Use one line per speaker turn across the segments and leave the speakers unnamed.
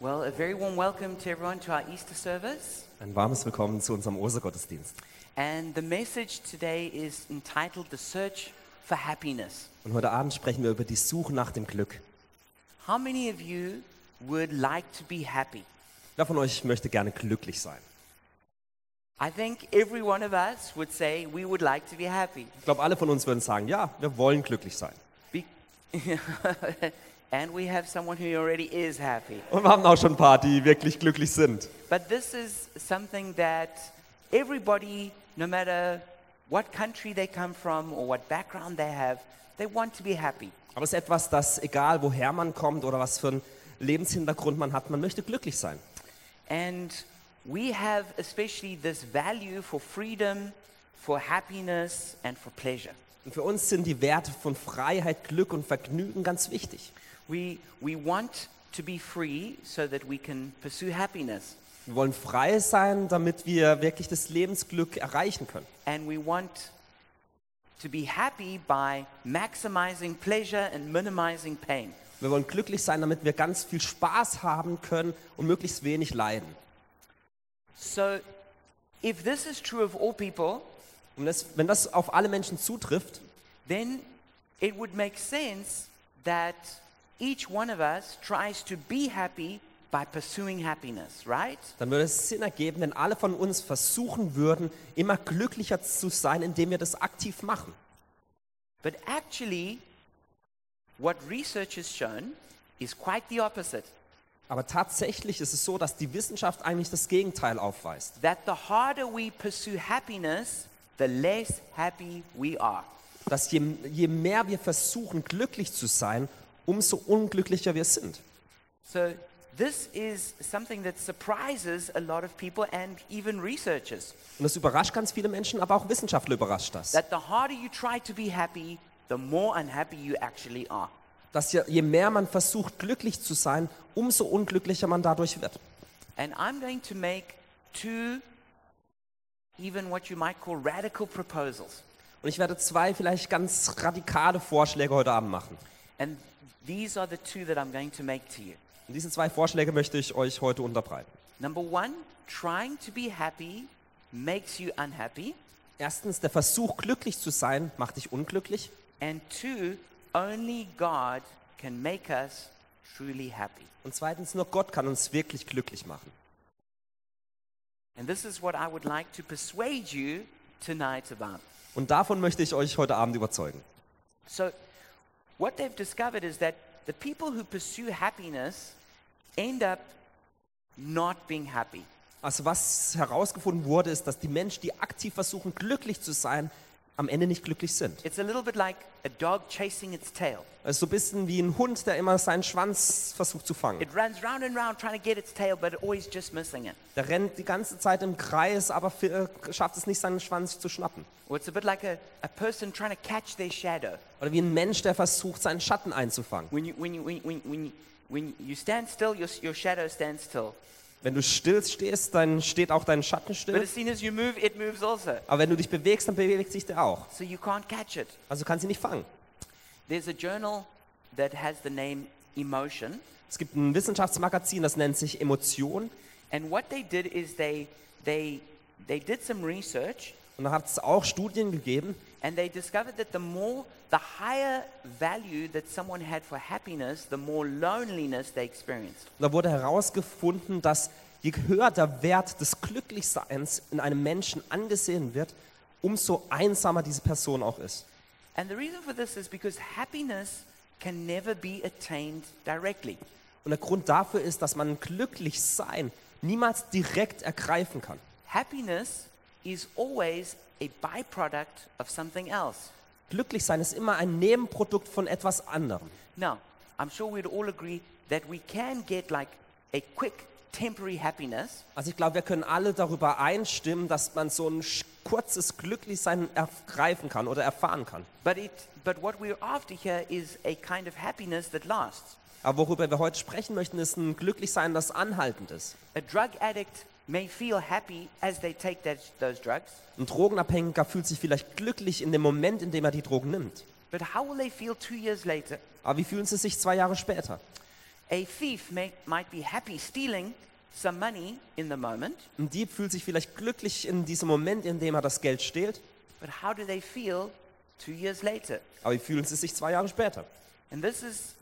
Well, a very warm welcome to everyone to our Easter service.
Ein warmes Willkommen zu unserem Ostergottesdienst.
And the message today is entitled The Search for Happiness.
Und heute Abend sprechen wir über die Suche nach dem Glück.
How many of you would like to be happy?
Wer von euch möchte gerne glücklich sein?
I think every one of us would say we would like to be happy.
Ich glaube, alle von uns würden sagen, ja, wir wollen glücklich sein.
Be- and we have someone who already is happy.
Und wir haben auch schon ein paar, die wirklich glücklich sind.
But this is something that everybody, no matter what country they come from or what background they have, they want to be happy.
Aber es ist etwas, das egal woher man kommt oder was für einen Lebenshintergrund man hat, man möchte glücklich sein.
And we have especially this value for freedom, for happiness, and for pleasure.
Und für uns sind die Werte von Freiheit, Glück und Vergnügen ganz wichtig.
We, we want to be free so that we can pursue happiness.
Wir wollen frei sein, damit wir wirklich das Lebensglück erreichen können.
And we want to be happy by maximizing pleasure and minimizing pain.
Wir wollen glücklich sein, damit wir ganz viel Spaß haben können und möglichst wenig leiden.
So, if this is true of all people,
Und das, wenn das auf alle Menschen zutrifft,
then it would make sense that each one of us tries to be happy by pursuing happiness, right?
dann würde es Sinn ergeben, wenn alle von uns versuchen würden, immer glücklicher zu sein, indem wir das aktiv machen.
But actually, what research has shown is quite the opposite
Aber tatsächlich ist es so, dass die Wissenschaft eigentlich das Gegenteil aufweist.
that the harder we pursue happiness, the less happy we are.
Dass je, je mehr wir versuchen, glücklich zu sein, umso unglücklicher wir sind.
So, this is something that surprises a lot of people and even researchers
Und das überrascht ganz viele Menschen, aber auch Wissenschaftler überrascht das.
that the harder you try to be happy, the more unhappy you actually are.
Dass je, je mehr man versucht, glücklich zu sein, umso unglücklicher man dadurch wird.
And I'm going to make two, even what you might call radical proposals.
Und ich werde zwei vielleicht ganz radikale Vorschläge heute Abend machen.
And these are the two that I'm going to make to you.
Und diese zwei Vorschläge möchte ich euch heute unterbreiten.
Number one, trying to be happy makes you unhappy.
Erstens, der Versuch, glücklich zu sein, macht dich unglücklich.
And two, only God can make us truly happy.
Und zweitens, nur Gott kann uns wirklich glücklich machen.
And this is what I would like to persuade you tonight about.
Und davon möchte ich euch heute Abend überzeugen.
So, what they've discovered is that the people who pursue happiness end up not being happy.
Also was herausgefunden wurde, ist, dass die Menschen, die aktiv versuchen, glücklich zu sein, am Ende nicht glücklich sind.
It's a little bit like a dog chasing its tail.
Es ist so ein bisschen wie ein Hund, der immer seinen Schwanz versucht zu fangen.
It runs round and round trying to get its tail, but always just missing it.
Der rennt die ganze Zeit im Kreis, aber fi- äh, schafft es nicht, seinen Schwanz zu schnappen.
Or it's a bit like a, a person trying to catch their shadow.
Oder wie ein Mensch, der versucht, seinen Schatten einzufangen.
When you, when you, when you, when you- when you, when you stand still, your, s- your shadow stands still.
Wenn du still stehst, dann steht auch dein Schatten
But
still.
as soon as you move, it moves also.
Aber wenn du dich bewegst, dann bewegt sich der auch.
So you can't catch it.
Also kannst ihn nicht fangen.
There's a journal that has the name Emotion.
Es gibt ein Wissenschaftsmagazin, das nennt sich Emotion.
And what they did is they, they, they did some research
Und da hat es auch Studien gegeben.
and they discovered that the more, the higher value that someone had for happiness, the more loneliness they experienced.
Und da wurde herausgefunden, dass je höher der Wert des Glücklichseins in einem Menschen angesehen wird, umso einsamer diese Person auch ist.
And the reason for this is because happiness can never be attained directly.
Und der Grund dafür ist, dass man glücklich sein niemals direkt ergreifen kann.
Happiness is always a byproduct of something else.
Glücklich sein ist immer ein Nebenprodukt von etwas anderem.
Now, I'm sure we'd all agree that we can get like a quick temporary happiness,
Also ich glaube, wir können alle darüber einstimmen, dass man so ein sch- kurzes Glücklichsein ergreifen kann oder erfahren kann.
but, it, but what we're after here is a kind of happiness that lasts.
Aber worüber wir heute sprechen möchten, ist ein Glücklichsein, das anhaltend ist.
A drug addict may feel happy as they take that, those drugs,
Ein Drogenabhängiger fühlt sich vielleicht glücklich in dem Moment, in dem er die Drogen nimmt.
but how will they feel two years later?
Aber wie fühlen sie sich zwei Jahre später?
A thief may, might be happy stealing some money in the moment,
Ein Dieb fühlt sich vielleicht glücklich in diesem Moment, in dem er das Geld stehlt,
but how do they feel two years later?
aber wie fühlen sie sich zwei Jahre später?
And this is,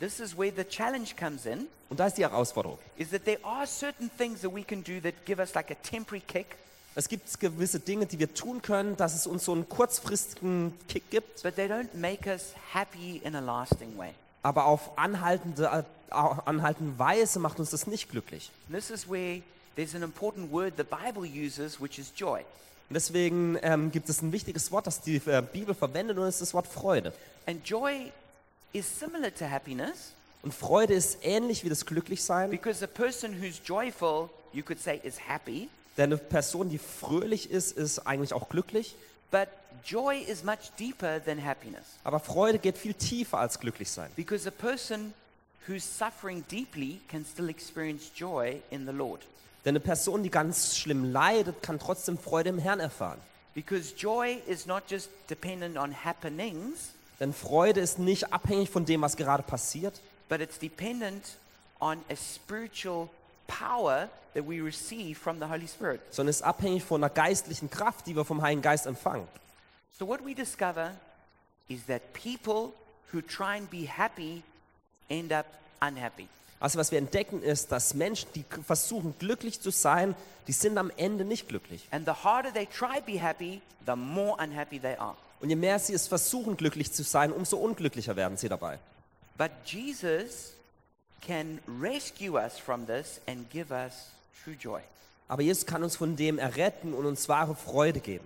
this is where the challenge comes in,
Und da ist die Herausforderung.
is that there are certain things that we can do that give us like a temporary kick,
Es gibt gewisse Dinge, die wir tun können, dass es uns so einen kurzfristigen Kick gibt,
but they don't make us happy in a lasting way.
aber auf anhaltende, äh, anhaltende Weise macht uns das nicht glücklich.
And this is where there's an important word the Bible uses, which is joy.
Und deswegen ähm, gibt es ein wichtiges Wort, das die äh, Bibel verwendet, und es ist das Wort Freude.
And joy is similar to happiness
Und Freude ist ähnlich wie das Glücklichsein,
because a person who's joyful, you could say, is happy,
denn eine Person, die fröhlich ist, ist eigentlich auch glücklich,
but joy is much deeper than happiness
aber Freude geht viel tiefer als Glücklichsein.
because a person who's suffering deeply can still experience joy in the Lord
Denn eine Person, die ganz schlimm leidet, kann trotzdem Freude im Herrn erfahren.
because joy is not just dependent on happenings,
Denn Freude ist nicht abhängig von dem, was gerade passiert,
but it's dependent on a spiritual power that we receive from the Holy Spirit.
sondern ist abhängig von einer geistlichen Kraft, die wir vom Heiligen Geist empfangen.
So, what we discover is that people who try and be happy end up unhappy.
Also was wir entdecken ist, dass Menschen, die k- versuchen glücklich zu sein, die sind am Ende nicht glücklich.
And the harder they try to be happy, the more unhappy they are.
Und je mehr sie es versuchen glücklich zu sein, umso unglücklicher werden sie dabei.
But Jesus can rescue us from this and give us true joy.
Aber Jesus kann uns von dem erretten und uns wahre Freude geben.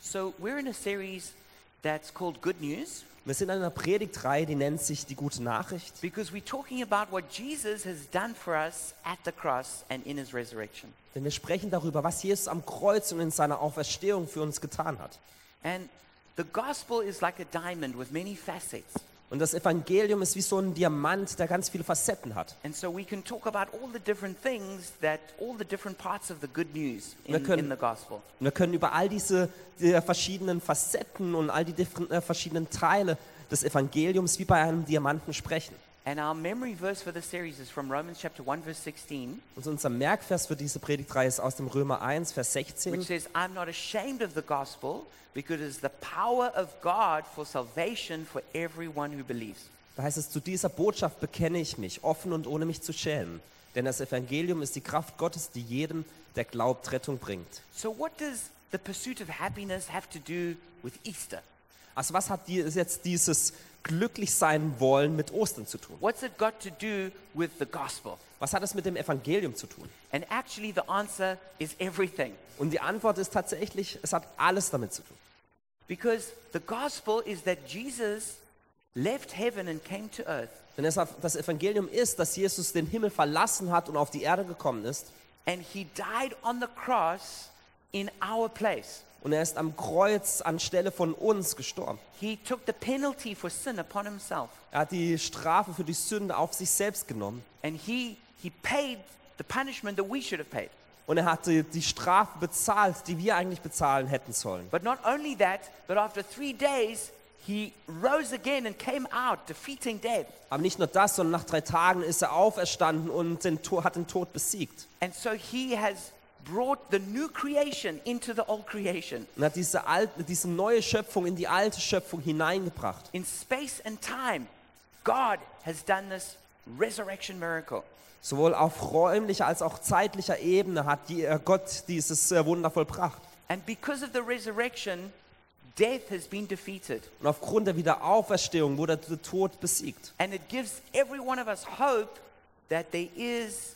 So, we're in a series that's called Good News
Wir sind an einer Predigtreihe, die nennt sich die gute Nachricht.
because we're talking about what Jesus has done for us at the cross and in his resurrection.
Denn wir sprechen darüber, was Jesus am Kreuz und in seiner Auferstehung für uns getan hat.
And the gospel is like a diamond with many facets.
Und das Evangelium ist wie so ein Diamant, der ganz viele Facetten hat.
And so we can talk about all the different things that, all the different parts of the good news
Wir
in,
können-
in the gospel.
Und wir können über all diese äh, verschiedenen Facetten und all die differen- äh, verschiedenen Teile des Evangeliums wie bei einem Diamanten sprechen.
And our memory verse for this series is from Romans chapter 1, verse 16,
Und unser Merkvers für diese Predigtreihe ist aus dem Römer 1, Vers
which
16.
says, I'm not ashamed of the gospel because it is the power of God for salvation for everyone who believes.
Da heißt es, zu dieser Botschaft bekenne ich mich, offen und ohne mich zu schämen. Denn das Evangelium ist die Kraft Gottes, die jedem, der glaubt, Rettung bringt.
So, what does the pursuit of happiness have to do with Easter?
Also was hat die, ist jetzt dieses glücklich sein wollen mit Ostern zu tun?
What's it got to do with the gospel?
Was hat es mit dem Evangelium zu tun?
And actually, the answer is everything.
Und die Antwort ist tatsächlich, es hat alles damit zu tun.
Because the gospel is that Jesus left heaven and came to earth,
Denn es, das Evangelium ist, dass Jesus den Himmel verlassen hat und auf die Erde gekommen ist.
and he died on the cross in our place.
Und er ist am Kreuz anstelle von uns gestorben.
He took the penalty for sin upon himself,
Er hat die Strafe für die Sünde auf sich selbst genommen.
and he, he paid the punishment that we should have paid.
Und er hatte die Strafe bezahlt, die wir eigentlich bezahlen hätten sollen.
But not only that, but after three days, he rose again and came out, defeating death.
Aber nicht nur das, sondern nach drei Tagen ist er auferstanden und den, To- hat den Tod besiegt.
And so he has brought the new creation into the old creation.
Und hat diese, alte, diese neue Schöpfung in die alte Schöpfung hineingebracht.
In space and time, God has done this resurrection miracle.
Sowohl auf räumlicher als auch zeitlicher Ebene hat die, äh, Gott dieses äh, Wunder vollbracht.
And because of the resurrection, death has been defeated.
Und aufgrund der Wiederauferstehung wurde der Tod besiegt.
And it gives every one of us hope that there is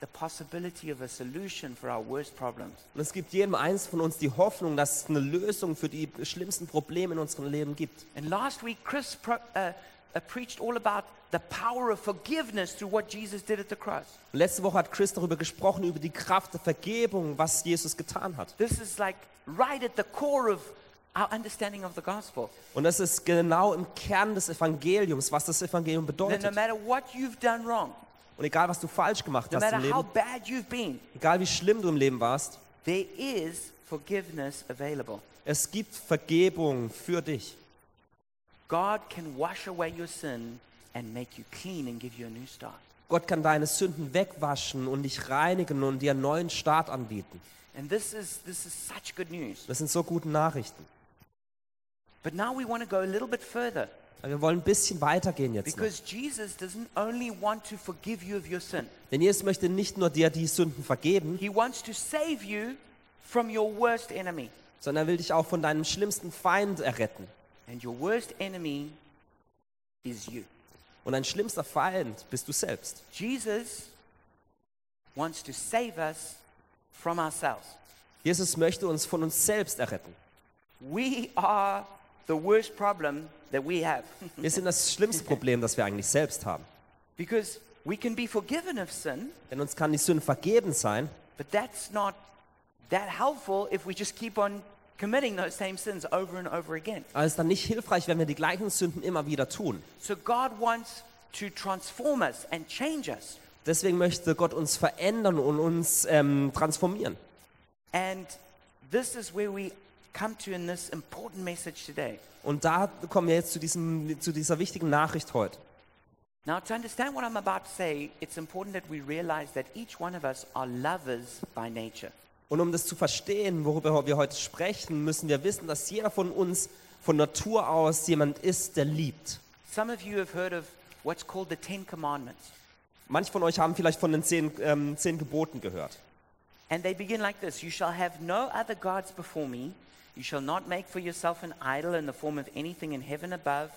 the possibility of a solution for our worst problems.
Und es gibt jedem eins von uns die Hoffnung, dass es eine Lösung für die schlimmsten Probleme in unserem Leben gibt.
And last week, Chris pro- uh, uh, preached all about the power of forgiveness through what Jesus did at the cross.
Und letzte Woche hat Chris darüber gesprochen, über die Kraft der Vergebung, was Jesus getan hat.
This is like right at the core of our understanding of the gospel.
Und das ist genau im Kern des Evangeliums, was das Evangelium
That no
bedeutet.
matter what you've done wrong,
Und egal, was du falsch gemacht
no
hast
matter
im
how
Leben,
bad you've been,
egal wie schlimm du im Leben warst,
there is forgiveness available.
es gibt Vergebung für dich.
God can wash away your sin and make you clean and give you a new start.
Gott kann deine Sünden wegwaschen und dich reinigen und dir einen neuen Start anbieten.
And this is, this is such good news.
Das sind so gute Nachrichten.
But now we want to go a little bit further
Aber wir wollen ein bisschen weitergehen jetzt. Noch.
because Jesus doesn't only want to forgive you of your sin,
Denn Jesus möchte nicht nur dir die Sünden vergeben,
He wants to save you from your worst enemy.
sondern er will dich auch von deinem schlimmsten Feind erretten.
And your worst enemy is you.
Und dein schlimmster Feind bist du selbst.
Jesus wants to save us from ourselves.
Jesus möchte uns von uns selbst erretten.
We are the worst problem that we have
Wir sind das schlimmste Problem, das wir eigentlich selbst haben.
because we can be forgiven of sin,
Denn uns kann die Sünde vergeben sein,
but that's not that helpful if we just keep on committing those same sins over and over again.
aber es ist dann nicht hilfreich, wenn wir die gleichen Sünden immer wieder tun.
So God wants to transform us and change us.
Deswegen möchte Gott uns verändern und uns ähm, transformieren.
And this is where we come to in this important message today.
Und da kommen wir jetzt zu, diesem, zu dieser wichtigen Nachricht heute.
Now, to understand what I'm about to say, it's important that we realize that each one of us are lovers by nature.
Und um das zu verstehen, worüber wir heute sprechen, müssen wir wissen, dass jeder von uns von Natur aus jemand ist, der liebt.
Some of you have heard of what's called the Ten Commandments,
Manche von euch haben vielleicht von den zehn, ähm, zehn Geboten gehört.
and they begin like this You shall have no other gods before me. You shall not make for yourself an idol in the form of anything in heaven above,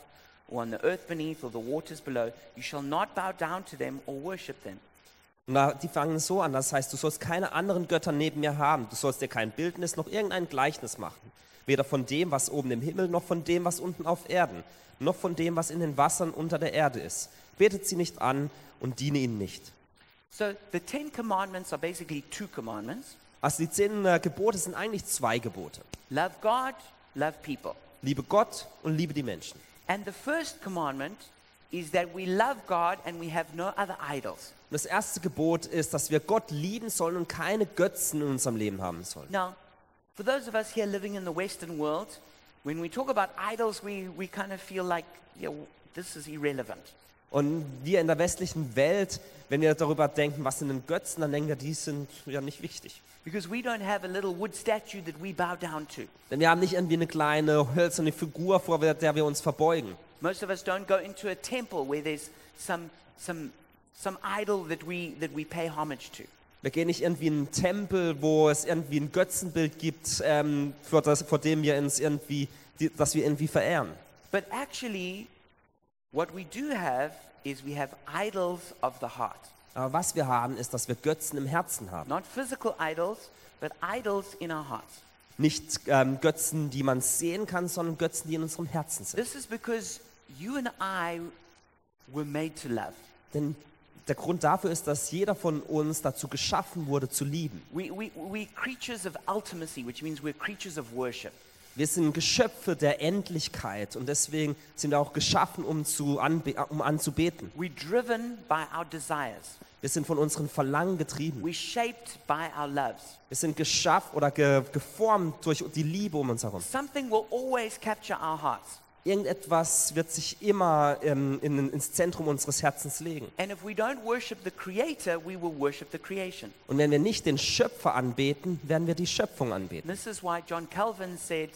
or on the earth beneath, or the waters below. You shall not bow down to them or worship them.
Und da, die fangen so an, das heißt, du sollst keine anderen Götter neben mir haben, du sollst dir kein Bildnis noch irgendein Gleichnis machen. Weder von dem, was oben im Himmel, noch von dem, was unten auf Erden, noch von dem, was in den Wassern unter der Erde ist. Betet sie nicht an und diene ihnen nicht.
So, the Ten Commandments are basically two commandments
Also die zehn äh, Gebote sind eigentlich zwei Gebote.
love God, love people.
Liebe Gott und liebe die Menschen.
And the first commandment is that we love God and we have no other idols.
Und das erste Gebot ist, dass wir Gott lieben sollen und keine Götzen in unserem Leben haben sollen.
Now, for those of us here living in the Western world, when we talk about idols, we, we kind of feel like, yeah, w- this is irrelevant.
Und wir in der westlichen Welt, wenn wir darüber denken, was sind denn Götzen, dann denken wir, die sind ja nicht wichtig.
Because we don't have a little wood statue that we bow down to.
Denn wir haben nicht irgendwie eine kleine hölzerne Figur, vor der- der wir uns verbeugen.
Most of us don't go into a temple where there's some, some, some idol that we, that we pay homage to.
Wir gehen nicht irgendwie in einen Tempel, wo es irgendwie ein Götzenbild gibt, ähm, vor, das, vor dem wir uns irgendwie, die, das wir irgendwie verehren.
But actually, what we do have is we have idols of the heart.
Aber was wir haben, ist, dass wir Götzen im Herzen haben.
Not physical idols, but idols in our hearts.
Nicht ähm, Götzen, die man sehen kann, sondern Götzen, die in unserem Herzen sind.
This is because you and I were made to love.
Denn der Grund dafür ist, dass jeder von uns dazu geschaffen wurde, zu lieben.
We, we, we're creatures of ultimacy, which means we're creatures of worship.
Wir sind Geschöpfe der Endlichkeit und deswegen sind wir auch geschaffen, um, zu anbe um anzubeten.
We're driven by our desires.
Wir sind von unseren Verlangen getrieben.
We're shaped by our loves.
Wir sind geschafft oder ge geformt durch die Liebe um uns herum.
Something will always capture our hearts.
Irgendetwas wird sich immer ähm, in, ins Zentrum unseres Herzens legen.
And if we don't worship the Creator, we will worship the creation.
Und wenn wir nicht den Schöpfer anbeten, werden wir die Schöpfung anbeten.
This is why John Calvin said,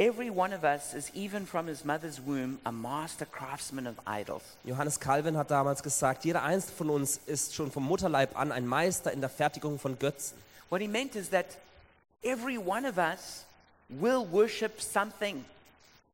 Every one of us is, even from his mother's womb, a master craftsman of idols.
Johannes Calvin hat damals gesagt, jeder einzelne von uns ist schon vom Mutterleib an ein Meister in der Fertigung von Götzen.
What he meant is that every one of us will worship something.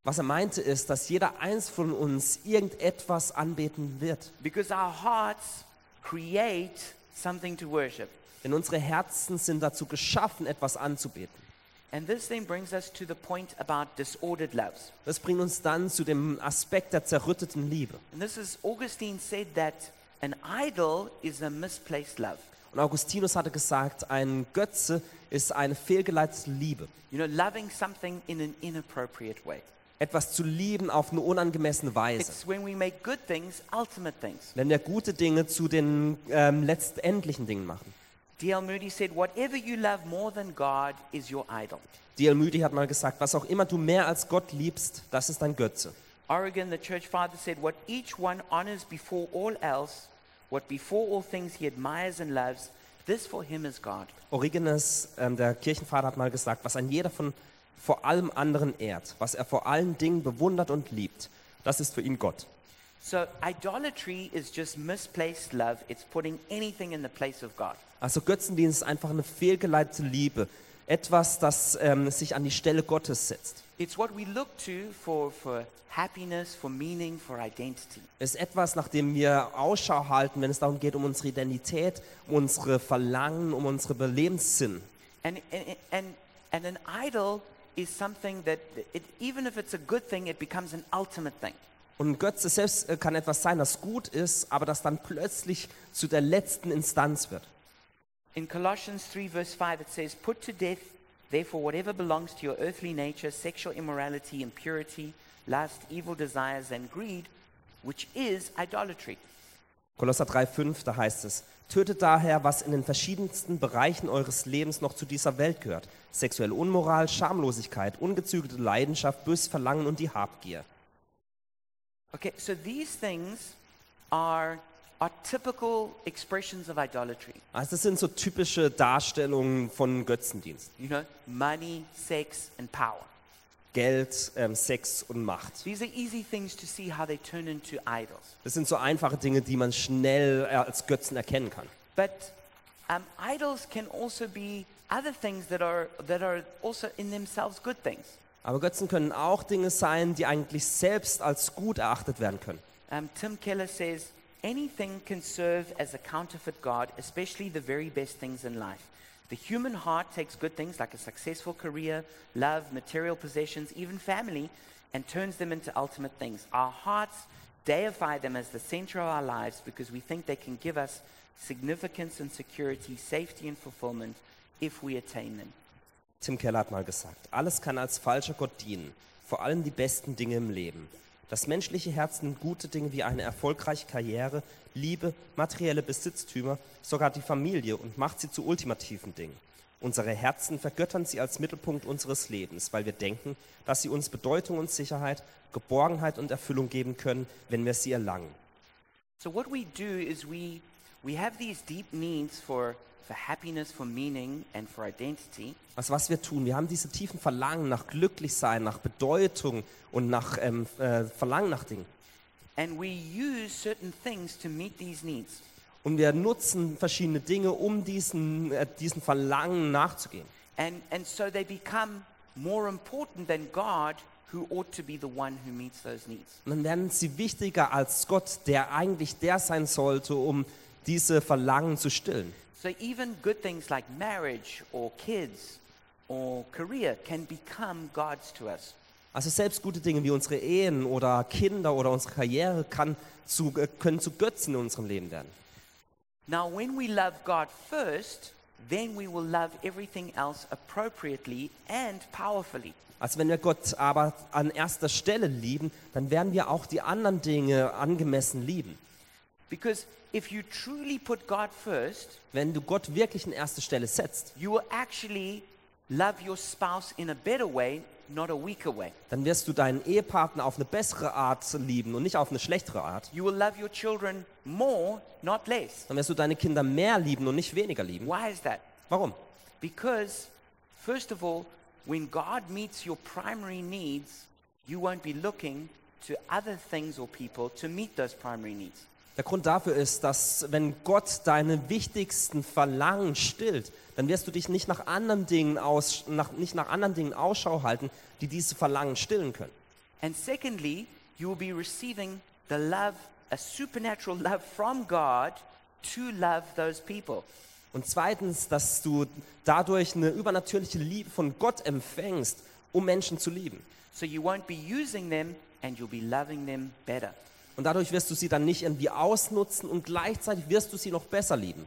Was er meinte ist, dass jeder eins von uns irgendetwas anbeten wird.
Because our hearts create something to worship.
Denn unsere Herzen sind dazu geschaffen, etwas anzubeten.
And this then brings us to the point about disordered loves.
Das bringt uns dann zu dem Aspekt der zerrütteten Liebe.
And this is, Augustine said that an idol is a misplaced love.
Und Augustinus hatte gesagt, ein Götze ist eine fehlgeleitete Liebe.
You know, loving something in an inappropriate way.
Etwas zu lieben auf eine unangemessene Weise.
It's when we make good things ultimate things.
Wenn wir gute Dinge zu den ähm, letztendlichen Dingen machen.
D.L. Moody said, Whatever you love more than God is your idol.
D.L. Moody hat mal gesagt, was auch immer du mehr als Gott liebst, das ist dein Götze.
Oregon, the church father said, What each one honors before all else, what before all things he admires and loves, this for him is God.
Origenes, ähm, der Kirchenvater, hat mal gesagt, was ein jeder von vor allem anderen ehrt, was er vor allen Dingen bewundert und liebt, das ist für ihn Gott.
So idolatry is just misplaced love. It's putting anything in the place of God.
Also Götzendienst ist einfach eine fehlgeleitete Liebe, etwas, das ähm, sich an die Stelle Gottes setzt.
It's what we look to for, for happiness, for meaning, for identity.
Es ist etwas, nach dem wir Ausschau halten, wenn es darum geht, um unsere Identität, um unsere Verlangen, um unsere Lebenssinn.
And, and, and, and an idol is something that, it, even if it's a good thing, it becomes an ultimate thing.
Und ein Götze selbst äh, kann etwas sein, das gut ist, aber das dann plötzlich zu der letzten Instanz wird.
In Colossians 3, verse 5, it says, Put to death, therefore, whatever belongs to your earthly nature sexual immorality, impurity, lust, evil desires, and greed, which is idolatry.
Kolosser 3,5, da heißt es, tötet daher, was in den verschiedensten Bereichen eures Lebens noch zu dieser Welt gehört. Sexuelle Unmoral, Schamlosigkeit, ungezügelte Leidenschaft, böses Verlangen und die Habgier.
Okay, so these things are, are typical expressions of idolatry.
Also das sind so typische Darstellungen von Götzendienst.
You know, money, sex, and power.
Geld, ähm, Sex und Macht.
These are easy things to see how they turn into idols.
Das sind so einfache Dinge, die man schnell äh, als Götzen erkennen kann.
But um, idols can also be other things that are, that are also in themselves good things.
Aber Götzen können auch Dinge sein, die eigentlich selbst als gut erachtet werden können.
Um, Tim Keller says anything can serve as a counterfeit God, especially the very best things in life. The human heart takes good things like a successful career, love, material possessions, even family, and turns them into ultimate things. Our hearts deify them as the center of our lives because we think they can give us significance and security, safety and fulfillment if we attain them.
Tim Keller hat mal gesagt, alles kann als falscher Gott dienen, vor allem die besten Dinge im Leben. Das menschliche Herz nimmt gute Dinge wie eine erfolgreiche Karriere, Liebe, materielle Besitztümer, sogar die Familie und macht sie zu ultimativen Dingen. Unsere Herzen vergöttern sie als Mittelpunkt unseres Lebens, weil wir denken, dass sie uns Bedeutung und Sicherheit, Geborgenheit und Erfüllung geben können, wenn wir sie erlangen.
So what we do is we we have these deep needs for for happiness, for meaning, and for identity,
Also was wir tun, wir haben diese tiefen Verlangen nach Glücklichsein, nach Bedeutung und nach ähm, äh, Verlangen nach Dingen.
and we use certain things to meet these needs.
Und wir nutzen verschiedene Dinge, um diesen, äh, diesen Verlangen nachzugehen.
And and so they become more important than God, who ought to be the one who meets those needs.
Und dann werden sie wichtiger als Gott, der eigentlich der sein sollte, um diese Verlangen zu stillen.
So even good things like marriage or kids or career can become gods to us.
Also selbst gute Dinge wie unsere Ehen oder Kinder oder unsere Karriere kann zu, äh, können zu Götzen in unserem Leben werden.
Now, when we love God first, then we will love everything else appropriately and powerfully.
Also wenn wir Gott aber an erster Stelle lieben, dann werden wir auch die anderen Dinge angemessen lieben.
Because if you truly put God first,
Wenn du Gott wirklich an erste Stelle setzt,
you will actually love your spouse in a better way, not a weaker way.
dann wirst du deinen Ehepartner auf eine bessere Art lieben und nicht auf eine schlechtere Art.
You will love your children more, not less.
Dann wirst du deine Kinder mehr lieben und nicht weniger lieben.
Why is that?
Warum?
Because, first of all, when God meets your primary needs, you won't be looking to other things or people to meet those primary needs.
Der Grund dafür ist, dass wenn Gott deine wichtigsten Verlangen stillt, dann wirst du dich nicht nach anderen Dingen aus, nach, nicht nach anderen Dingen Ausschau halten, die diese Verlangen stillen können.
And secondly, you will be receiving the love, a supernatural love from God to love those people.
Und zweitens, dass du dadurch eine übernatürliche Liebe von Gott empfängst, um Menschen zu lieben.
So you won't be using them and you'll be loving them better.
Und dadurch wirst du sie dann nicht irgendwie ausnutzen und gleichzeitig wirst du sie noch besser lieben.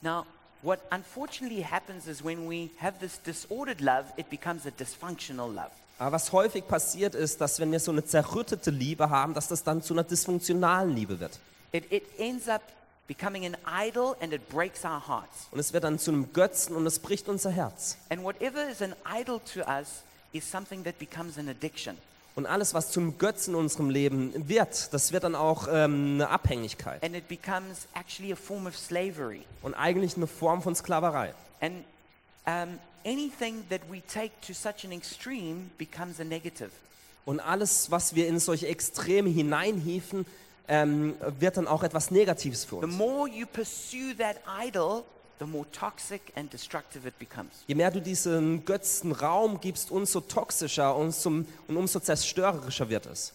Now, what unfortunately happens is when we have this disordered love, it becomes a dysfunctional love.
Aber was häufig passiert ist, dass wenn wir so eine zerrüttete Liebe haben, dass das dann zu einer dysfunktionalen Liebe wird.
It, it ends up becoming an idol and it breaks our hearts.
Und es wird dann zu einem Götzen und es bricht unser Herz.
And whatever is an idol to us is something that becomes an addiction.
Und alles, was zum Götzen in unserem Leben wird, das wird dann auch ähm, eine Abhängigkeit
and it becomes actually a form of slavery.
und eigentlich eine Form von Sklaverei.
And um, anything that we take to such an extreme becomes a negative.
Und alles, was wir in solche Extreme hineinhieven, ähm, wird dann auch etwas Negatives für
The
uns.
more you pursue that idol, the more toxic and destructive it becomes.
Je mehr du diesen Götzen Raum gibst, umso toxischer und, zum, und umso zerstörerischer wird es.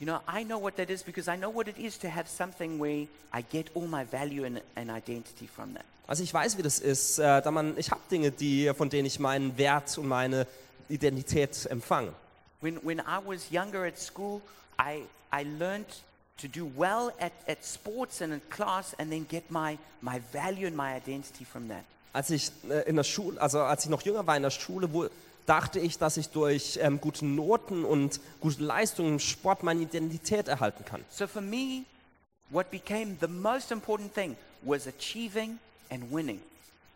You know, I know what that is because I know what it is to have something where I get all my value and, and identity from that.
Also ich weiß, wie das ist, äh, da man, ich habe Dinge, die, von denen ich meinen Wert und meine Identität empfange.
When, when I was younger at school, I, I learned to do well at, at sports and in class and then get my, my value and my identity from that.
Als ich äh, in der Schule, also als ich noch jünger war in der Schule, wo, dachte ich, dass ich durch ähm, gute Noten und gute Leistungen im Sport meine Identität erhalten kann.
So for me, what became the most important thing was achieving and winning.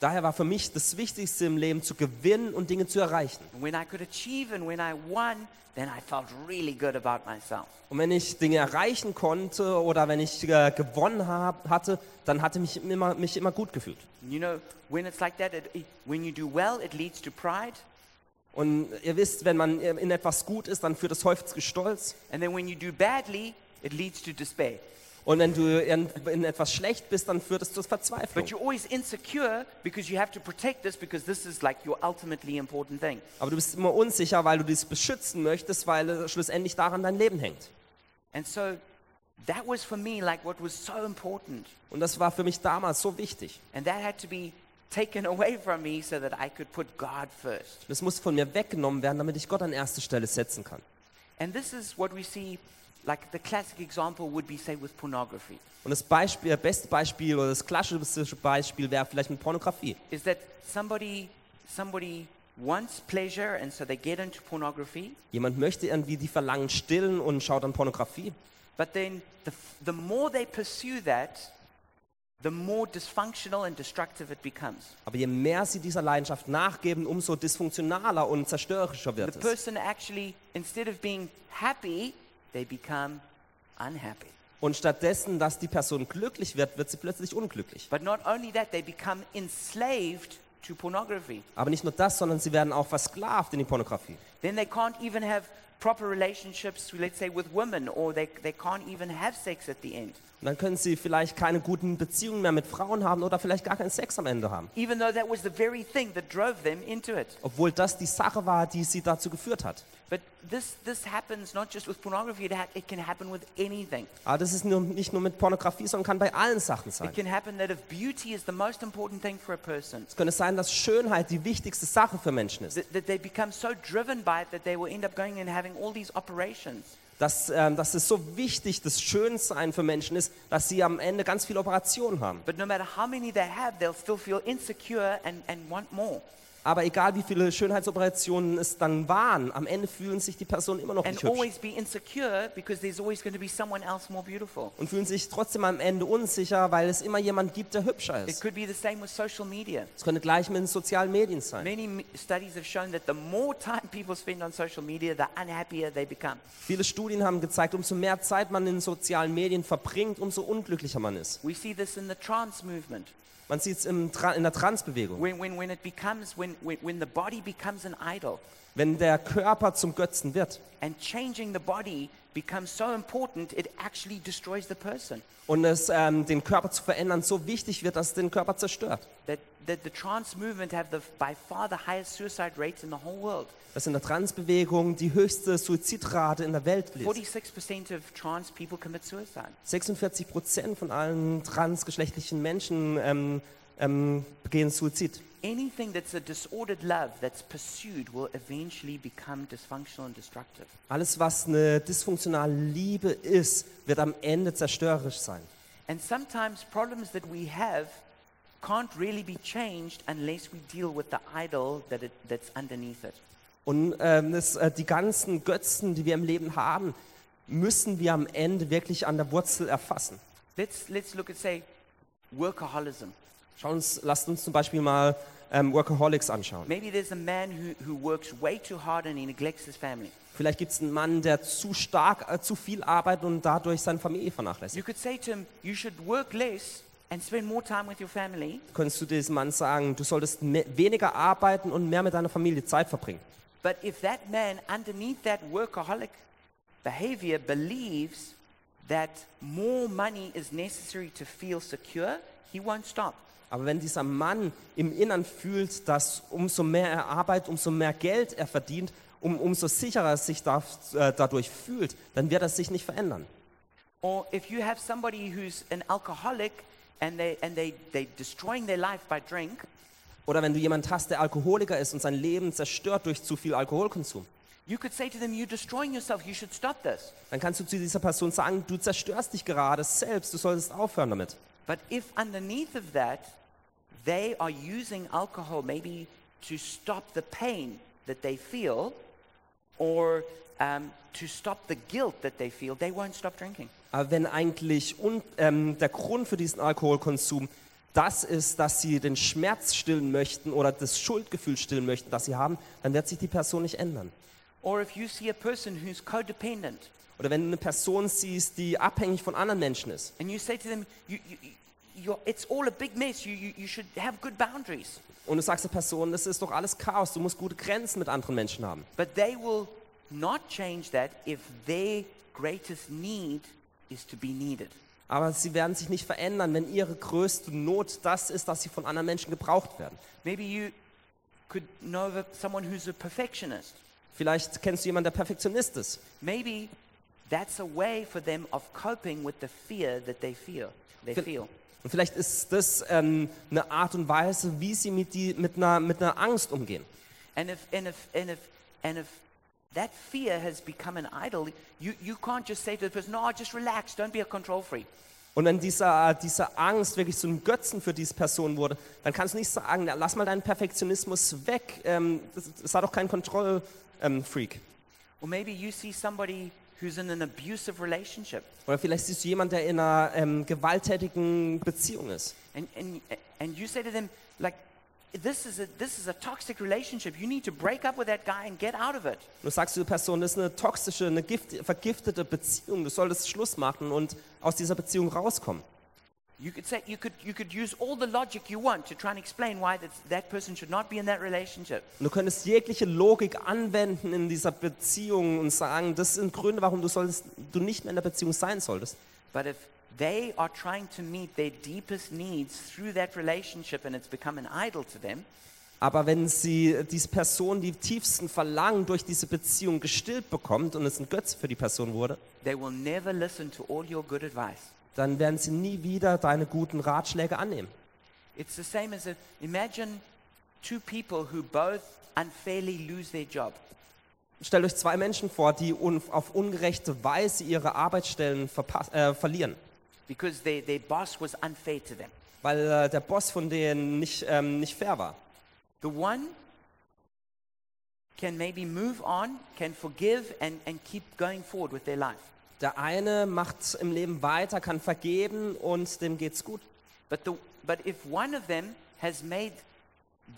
Daher war für mich das Wichtigste im Leben zu gewinnen und Dinge zu erreichen.
And when I could achieve and when I won, then I felt really good about myself.
Und wenn ich Dinge erreichen konnte oder wenn ich äh, gewonnen hab, hatte, dann hatte mich immer, mich immer gut gefühlt.
You know, when it's like that, it, it, when you do well, it leads to pride.
Und ihr wisst, wenn man äh, in etwas gut ist, dann führt das häufig zu Stolz.
And then when you do badly, it leads to despair.
Und wenn du in, in etwas schlecht bist, dann führt es zur Verzweiflung.
But you're always insecure because you have to protect this because this is like your ultimately important thing.
Aber du bist immer unsicher, weil du dies beschützen möchtest, weil es schlussendlich daran dein Leben hängt.
And so that was for me like what was so important.
Und das war für mich damals so wichtig.
And that had to be taken away from me so that I could put God first.
Das muss von mir weggenommen werden, damit ich Gott an erste Stelle setzen kann.
And this is what we see like the classic example would be say with pornography
Und das Beispiel, das beste Beispiel oder das klassischste Beispiel wäre vielleicht mit Pornografie.
is that somebody somebody wants pleasure and so they get into pornography
Jemand möchte irgendwie die Verlangen stillen und schaut an Pornografie.
but then the, f- the more they pursue that the more dysfunctional and destructive it becomes
Aber je mehr sie dieser Leidenschaft nachgeben, umso dysfunktionaler und zerstörerischer
the
wird es.
person actually instead of being happy they become unhappy
Und stattdessen, dass die Person glücklich wird, wird sie plötzlich unglücklich.
but not only that they become enslaved to pornography
Aber nicht nur das, sondern sie werden auch versklavt in die Pornografie.
Then they can't even have proper relationships, let's say, with women, or they, they can't even have sex at the end,
Und dann können sie vielleicht keine guten Beziehungen mehr mit Frauen haben oder vielleicht gar keinen Sex am Ende haben.
even though that was the very thing that drove them into it.
Obwohl das die Sache war, die sie dazu geführt hat.
But this, this happens not just with pornography, it, ha- it can happen with anything.
Aber das ist nur, nicht nur mit Pornografie, sondern kann bei allen Sachen sein.
It can happen that if beauty is the most important thing for a person,
Es könnte sein, dass Schönheit die wichtigste Sache für Menschen ist.
that, that they become so driven by it that they will end up going and having all these operations.
Dass, ähm, dass es so wichtig, das Schönsein für Menschen ist, dass sie am Ende ganz viele Operationen haben.
But no matter how many they have, they'll still feel insecure and, and want more.
Aber egal wie viele Schönheitsoperationen es dann waren, am Ende fühlen sich die Personen immer noch
And
nicht hübsch
always be insecure because there's always going to be someone else more beautiful.
und fühlen sich trotzdem am Ende unsicher, weil es immer jemand gibt, der hübscher
It
ist.
could be the same with social media.
Es könnte gleich mit den sozialen Medien sein.
Many m- studies have shown that the more time people spend on social media, the unhappier they become.
Viele Studien haben gezeigt, umso mehr Zeit man in den sozialen Medien verbringt, umso unglücklicher man ist.
We see this in the trans movement.
Man sieht es in der Transbewegung.
When, when, when it becomes, when, when, when the body becomes an idol
Wenn der Körper zum Götzen wird
and changing the body becomes so important, it actually destroys the person.
und es ähm, den Körper zu verändern so wichtig wird, dass es den Körper zerstört.
That, that the trans movement have the, by far the highest suicide rates in the whole world.
Dass in der Transbewegung die höchste Suizidrate in der Welt liegt.
46% of trans people commit suicide.
46 Prozent von allen transgeschlechtlichen Menschen ähm, ähm, begehen Suizid.
Anything that's a disordered love that's pursued will eventually become dysfunctional and destructive.
Alles, was eine dysfunktionale Liebe ist, wird am Ende zerstörerisch sein.
And sometimes problems that we have can't really be changed unless we deal with the idol that it, that's underneath it.
Und ähm, das, äh, die ganzen Götzen, die wir im Leben haben, müssen wir am Ende wirklich an der Wurzel erfassen.
Let's, let's look at, say, workaholism.
Schauen uns, lasst uns zum Beispiel mal ähm, Workaholics anschauen.
Maybe there's a man who, who works way too hard and he neglects his family.
Vielleicht gibt es einen Mann, der zu stark, äh, zu viel arbeitet und dadurch seine Familie
You
vernachlässigt.
could say to him, you should work less and spend more time with your family.
Könntest du diesem Mann sagen, du solltest me- weniger arbeiten und mehr mit deiner Familie Zeit verbringen?
But if that man, underneath that workaholic behavior, believes that more money is necessary to feel secure, he won't stop.
Aber wenn dieser Mann im Innern fühlt, dass umso mehr er arbeitet, umso mehr Geld er verdient, um, umso sicherer er sich da, äh, dadurch fühlt, dann wird er sich nicht verändern.
Or if you have somebody who's an alcoholic and, they, and they, they're destroying their life by drink,
Oder wenn du jemanden hast, der Alkoholiker ist und sein Leben zerstört durch zu viel Alkoholkonsum,
you could say to them, You're destroying yourself, you should stop this.
dann kannst du zu dieser Person sagen, du zerstörst dich gerade selbst, du solltest aufhören damit.
But if underneath of that, they are using alcohol maybe to stop the pain that they feel or um, to stop the guilt that they feel, they won't stop drinking.
Aber wenn eigentlich un, ähm, der Grund für diesen Alkoholkonsum das ist, dass sie den Schmerz stillen möchten oder das Schuldgefühl stillen möchten, das sie haben, dann wird sich die Person nicht ändern.
Or if you see a person who's codependent
Oder wenn du eine Person siehst, die abhängig von anderen Menschen ist,
and you say to them, you, you, you're, It's all a big mess, you, you, you should have good boundaries.
und du sagst der Person, das ist doch alles Chaos, du musst gute Grenzen mit anderen Menschen haben.
But they will not change that if their greatest need is to be needed.
Aber sie werden sich nicht verändern, wenn ihre größte Not das ist, dass sie von anderen Menschen gebraucht werden.
Maybe you could know of a- someone who's a perfectionist.
Vielleicht kennst du jemanden, der Perfektionist ist.
Maybe that's a way for them of coping with the fear that they feel. They
Vill-
feel.
Und vielleicht ist das ähm, eine Art und Weise, wie sie mit, die, mit, einer, mit einer Angst umgehen.
And if and if and if and if that fear has become an idol, you, you can't just say to the person, no, just relax, don't be a control freak.
Und wenn dieser, diese Angst wirklich zu einem Götzen für diese Person wurde, dann kannst du nicht sagen, "Na, lass mal deinen Perfektionismus weg, ähm, das, das hat doch keinen Kontrollfreak. Ähm, Freak.
Or maybe you see somebody who's in an abusive relationship
Oder vielleicht siehst du jemanden, der in einer ähm, gewalttätigen Beziehung ist.
and, and, and you say to them, like, this is, a, this is a toxic relationship. You need to break up with that guy and get out of it.
Und du sagst dieser Person, das ist eine toxische, eine gift, vergiftete Beziehung, du solltest Schluss machen und aus dieser Beziehung rauskommen.
You could say you could you could use all the logic you want to try and explain why that that person should not be in that relationship.
Und du könntest jegliche Logik anwenden in dieser Beziehung und sagen, das sind Gründe, warum du, solltest, du nicht mehr in der Beziehung sein solltest.
But if they are trying to meet their deepest needs through that relationship and it's become an idol to them,
Aber wenn sie diese Person die tiefsten Verlangen durch diese Beziehung gestillt bekommt und es ein Götze für die Person wurde,
they will never listen to all your good advice.
dann werden sie nie wieder deine guten Ratschläge annehmen.
It's the same as if imagine two people who both unfairly lose their job.
Stellt euch zwei Menschen vor, die un auf ungerechte Weise ihre Arbeitsstellen verpass- äh, verlieren,
Because their, their boss was unfair to them.
weil äh, der Boss von denen nicht, ähm, nicht fair war.
The one can maybe move on, can forgive, and, and keep going forward with their life.
Der eine macht im Leben weiter, kann vergeben und dem geht's gut.
But, the, but if one of them has made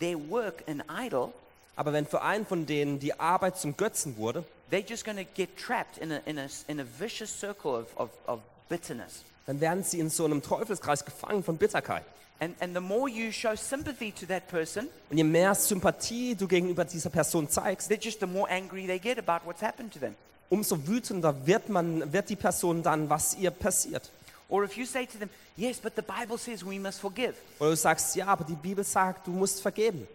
their work an idol,
Aber wenn für einen von denen die Arbeit zum Götzen wurde,
they're just going to get trapped in a, in, a, in a vicious circle of, of, of bitterness.
dann werden sie in so einem Teufelskreis gefangen von Bitterkeit.
And, and the more you show sympathy to that person,
Und je mehr Sympathie du gegenüber dieser Person zeigst,
they're just the more angry they get about what's happened to them.
umso wütender wird, man, wird die Person dann, was ihr passiert.
Or if you say to them, yes, but the Bible says we must forgive,
Oder du sagst, ja, aber die Bibel sagt, du musst vergeben.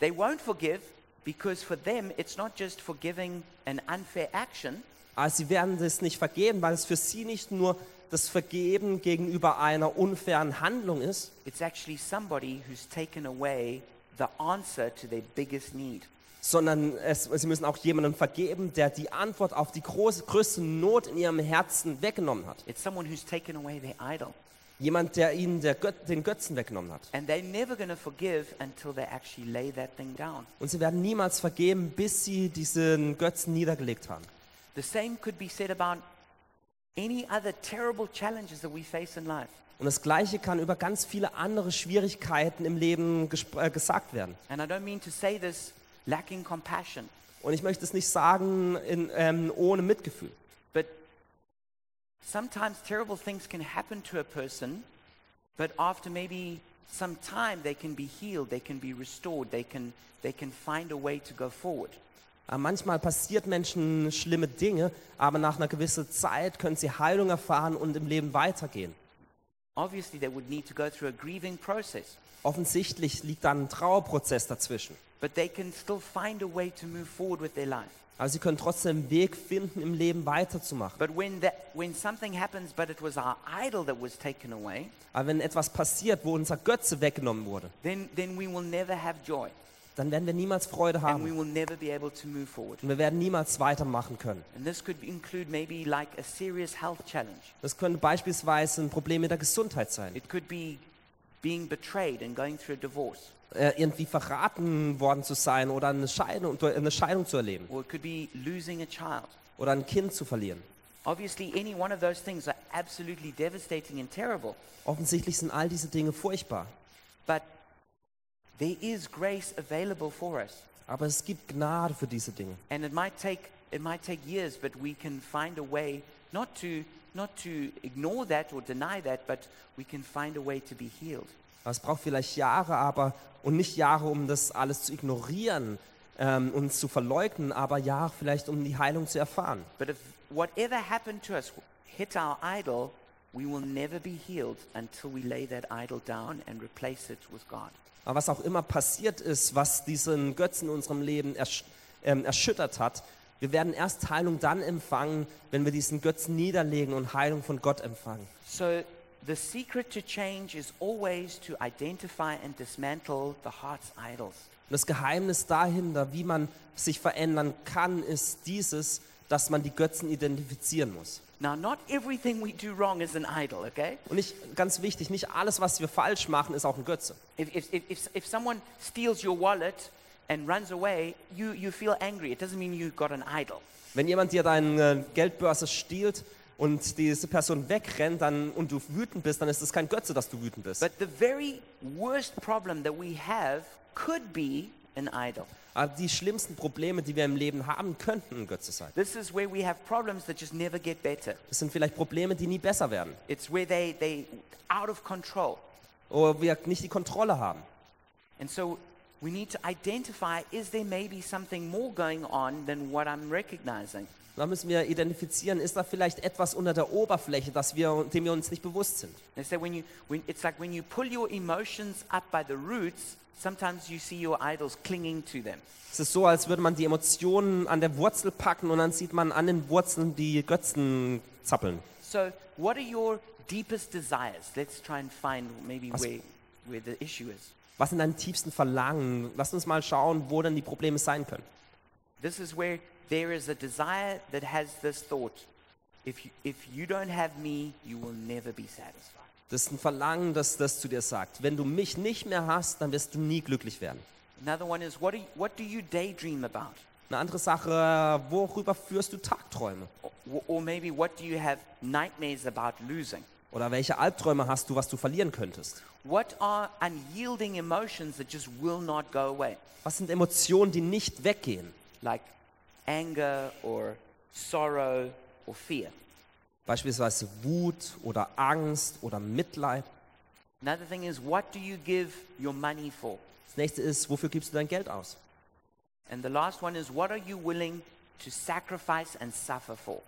they won't forgive because for them it's not just forgiving an unfair action,
Aber sie werden das nicht vergeben, weil es für sie nicht nur das Vergeben gegenüber einer unfairen Handlung ist,
it's actually somebody who's taken away the answer to their biggest need.
sondern es, sie müssen auch jemandem vergeben, der die Antwort auf die große, größte Not in ihrem Herzen weggenommen hat.
It's someone who's taken away their idol.
Jemand, der ihnen der Göt den Götzen weggenommen hat.
And they're never going to forgive until they actually lay that thing down.
Und sie werden niemals vergeben, bis sie diesen Götzen niedergelegt haben.
The same could be said about any other terrible challenges that we face in life.
Und das Gleiche kann über ganz viele andere Schwierigkeiten im Leben gesp- äh, gesagt werden.
And I don't mean to say this lacking compassion,
Und ich möchte es nicht sagen in, ähm, ohne Mitgefühl.
but sometimes terrible things can happen to a person, but after maybe some time they can be healed, they can be restored, they can, they can find a way to go forward.
Aber manchmal passiert Menschen schlimme Dinge, aber nach einer gewissen Zeit können sie Heilung erfahren und im Leben weitergehen.
Obviously, they would need to go through a grieving process,
Offensichtlich liegt da ein Trauerprozess dazwischen.
but they can still find a way to move forward with their life.
Aber sie können trotzdem einen Weg finden, im Leben weiterzumachen.
But when, that, when something happens, but it was our idol that was taken away,
Aber wenn etwas passiert, wo unser Götze weggenommen wurde,
then, then we will never have joy
dann werden wir niemals Freude
and we
haben
will never be able to move forward.
und wir werden niemals weitermachen können.
And this could include maybe like a serious health challenge.
Das könnte beispielsweise ein Problem mit der Gesundheit sein.
It could be being betrayed and going through a divorce,
Äh, irgendwie verraten worden zu sein oder eine Scheidung, äh, eine Scheidung zu erleben
or it could be losing a child.
oder ein Kind zu verlieren.
Obviously, any one of those things are absolutely devastating and terrible,
Offensichtlich sind all diese Dinge furchtbar.
but there is grace available for us.
Aber es gibt Gnade für diese Dinge.
And it might take, it might take years, but we can find a way not to, not to ignore that or deny that, but we can find a way to be healed.
Aber Es braucht vielleicht Jahre, aber und nicht Jahre, um das alles zu ignorieren ähm, und zu verleugnen, aber Jahre vielleicht, um die Heilung zu erfahren.
But if whatever happened to us hit our idol, we will never be healed until we lay that idol down and replace it with God.
Aber was auch immer passiert ist, was diesen Götzen in unserem Leben ersch ähm, erschüttert hat, wir werden erst Heilung dann empfangen, wenn wir diesen Götzen niederlegen und Heilung von Gott empfangen.
So the secret to change is always to identify and dismantle the heart's idols.
Und das Geheimnis dahinter, wie man sich verändern kann, ist dieses, dass man die Götzen identifizieren muss.
Now, not everything we do wrong is an idol, okay?
Und nicht, ganz wichtig, nicht alles, was wir falsch machen, ist auch ein Götze.
If, if, if, if, if someone steals your wallet and runs away, you, you feel angry. It doesn't mean you got an idol.
Wenn jemand dir deine äh, Geldbörse stiehlt und diese Person wegrennt dann, und du wütend bist, dann ist es kein Götze, dass du wütend bist.
But the very worst problem that we have could be an idol.
Aber die schlimmsten Probleme, die wir im Leben haben, könnten ein Götze sein.
This is where we have problems that just never get better.
Es sind vielleicht Probleme, die nie besser werden.
It's where they they out of control.
Oder wir nicht die Kontrolle haben.
And so we need to identify is there maybe something more going on than what I'm recognizing?
Da müssen wir identifizieren, ist da vielleicht etwas unter der Oberfläche, dass wir, dem wir uns nicht bewusst sind.
They say when you when it's like when you pull your emotions up by the roots, sometimes you see your idols clinging to them.
Es ist so, als würde man die Emotionen an der Wurzel packen und dann sieht man an den Wurzeln die Götzen zappeln.
So what are your deepest desires? Let's try and find maybe
Awesome.
where where the issue is.
Was sind deine tiefsten Verlangen? Lass uns mal schauen, wo denn die Probleme sein können.
This is where there is a desire that has this thought. If you, if you don't have me, you will never be satisfied.
Das ist ein Verlangen, das das zu dir sagt. Wenn du mich nicht mehr hast, dann wirst du nie glücklich werden.
Another one is what do you, what do you daydream about?
Eine andere Sache, worüber führst du Tagträume?
Or, or maybe what do you have nightmares about losing?
Oder welche Albträume hast du, was du verlieren könntest?
What are unyielding emotions that just will not go away?
Was sind Emotionen, die nicht weggehen?
Like anger or sorrow or fear.
Beispielsweise Wut oder Angst oder Mitleid.
Another thing is what do you give your money for?
Das nächste ist, wofür gibst du dein Geld aus?
And the last one is what are you willing to sacrifice and suffer for?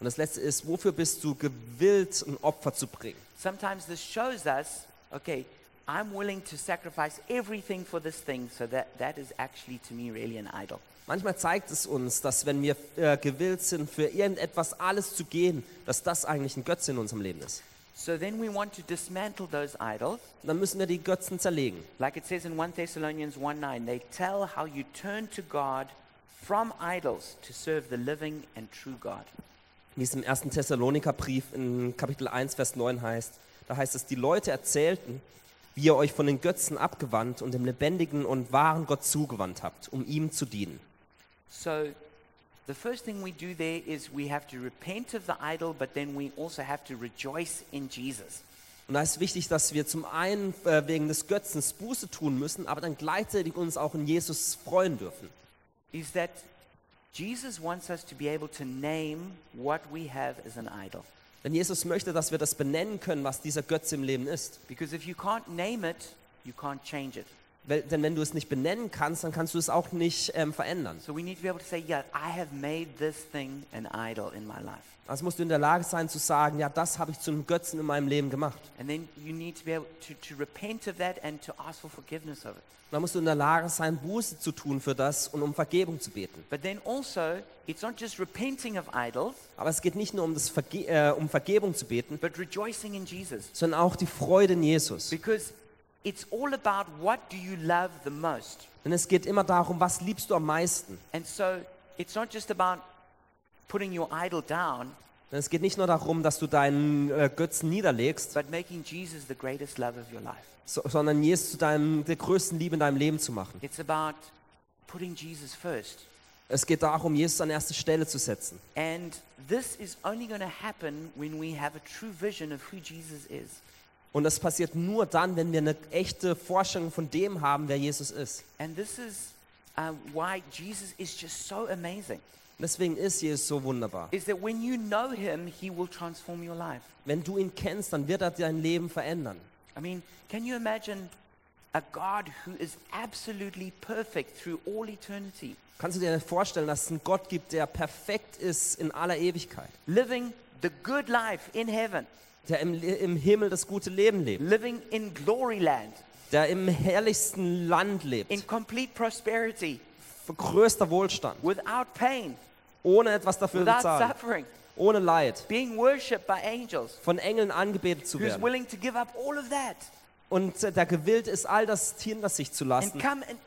Und das letzte ist, wofür bist du gewillt, ein Opfer zu bringen?
Sometimes this shows us, okay, I'm willing to sacrifice everything for this thing, so that that is actually to me really an idol.
Manchmal zeigt es uns, dass wenn wir äh, gewillt sind, für irgendetwas alles zu gehen, dass das eigentlich ein Götze in unserem Leben ist.
So then we want to dismantle those idols.
Und dann müssen wir die Götzen zerlegen.
Like it says in 1 Thessalonians 1 9, they tell how you turn to God from idols to serve the living and true God.
Wie es im 1. Thessalonikerbrief in Kapitel 1, Vers 9 heißt. Da heißt es, die Leute erzählten, wie ihr euch von den Götzen abgewandt und dem lebendigen und wahren Gott zugewandt habt, um ihm zu dienen.
So the first thing we do there is we have to repent of the idol, but then we also have to rejoice in Jesus.
Und da ist wichtig, dass wir zum einen äh, wegen des Götzens Buße tun müssen, aber dann gleichzeitig uns auch in Jesus freuen dürfen.
is that Jesus wants us to be able to name what we have as an idol.
Denn Jesus möchte, dass wir das benennen können, was dieser Götze im Leben ist.
Because if you can't name it, you can't change it.
Weil, denn wenn du es nicht benennen kannst, dann kannst du es auch nicht ähm, verändern.
So we need to be able to say, yeah, I have made this thing an idol in my life.
Also musst du in der Lage sein zu sagen, ja, das habe ich zu einem Götzen in meinem Leben gemacht.
And then you need to be able to, to repent of that and to ask for forgiveness of it.
Und dann musst du in der Lage sein, Buße zu tun für das und um Vergebung zu beten.
But then also, it's not just repenting of idols,
Aber es geht nicht nur um, das Verge äh, um Vergebung zu beten,
but rejoicing in Jesus.
sondern auch die Freude in Jesus.
Because it's all about what do you love the most.
Denn es geht immer darum, was liebst du am meisten.
And so it's not just about putting your idol down,
Denn es geht nicht nur darum, dass du deinen äh, Götzen niederlegst,
but making Jesus the greatest love of your life.
so, sondern Jesus zu deinem, der größten Liebe in deinem Leben zu machen.
It's about putting Jesus first.
Es geht darum, Jesus an erste Stelle zu setzen.
And this is only going to happen when we have a true vision of who Jesus is.
Und das passiert nur dann, wenn wir eine echte Vorstellung von dem haben, wer Jesus ist.
And this is uh, why Jesus is just so amazing.
Und deswegen ist Jesus so wunderbar.
Is that when you know him, he will transform your life.
Wenn du ihn kennst, dann wird er dein Leben verändern.
I mean, can you imagine a God who is absolutely perfect through all eternity,
Kannst du dir vorstellen, dass es einen Gott gibt, der perfekt ist in aller Ewigkeit,
living the good life in heaven,
der im, Le- im Himmel das gute Leben lebt,
living in glory land,
der im herrlichsten Land
in
lebt,
complete prosperity,
größter Wohlstand,
without pain,
ohne etwas dafür zu
without
zahlen,
suffering,
ohne Leid,
being worshipped by angels,
von Engeln angebetet zu
who's
werden
willing to give up all of that
und äh, der gewillt ist, all das hinter sich zu
and
lassen
come and,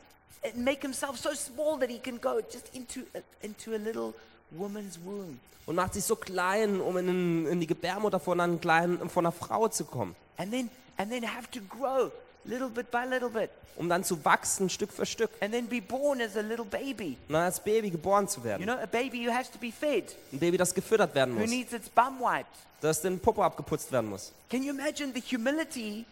and make himself so small that he can go just into a, into a little woman's womb
und macht sich so klein, um in, den- in die Gebärmutter von, einem kleinen, von einer Frau zu kommen,
and then and then have to grow little bit by little bit
um dann zu wachsen Stück für Stück
and then be born as a little baby.
und dann als Baby geboren zu
You
werden.
know, a baby who has to be fed,
Ein Baby, das gefüttert werden
who
muss,
needs its bum wiped.
das den Popo abgeputzt werden muss.
Can you imagine the humility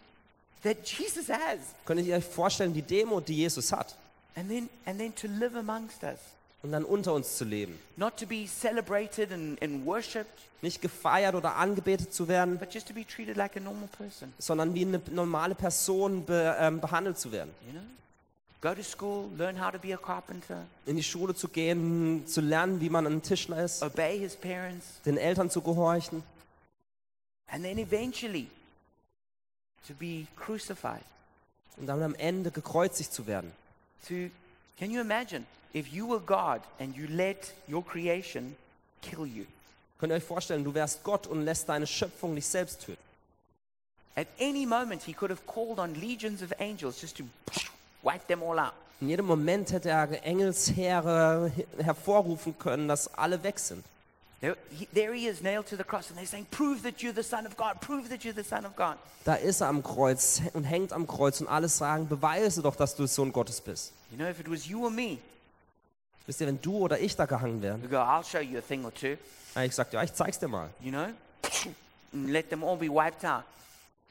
that Jesus has?
Könnt ihr euch vorstellen, die Demo, die Jesus hat,
And then and then to live amongst us.
und dann unter uns zu leben.
Not to be celebrated and, and worshipped,
Nicht gefeiert oder angebetet zu werden,
but just to be treated like a normal person.
sondern wie eine normale Person be, ähm, behandelt zu werden.
You know? Go to school, learn how to be a carpenter,
In die Schule zu gehen, zu lernen, wie man ein Tischler ist,
obey his parents,
den Eltern zu gehorchen
and then eventually to be crucified.
und dann am Ende gekreuzigt zu werden.
To can you imagine if you were God and you let your creation kill you?
Könnt ihr euch vorstellen, du wärst Gott und lässt deine Schöpfung dich selbst töten.
At any moment, he could have called on legions of angels just to wipe them all out.
In jedem Moment hätte er Engelsheere he- hervorrufen können, dass alle weg sind.
There he, there he is nailed to the cross, and they're saying, Prove that you're the Son of God, prove that you're the Son of God.
Da ist er am Kreuz und hängt am Kreuz und alle sagen, beweise doch, dass du Sohn Gottes bist.
You know, if it was you or me,
Wisst ihr, wenn du oder ich da gehangen wären,
we go, I'll show you a thing or two,
hätte ich gesagt, ja, ich zeig's dir mal.
you know, and let them all be wiped out.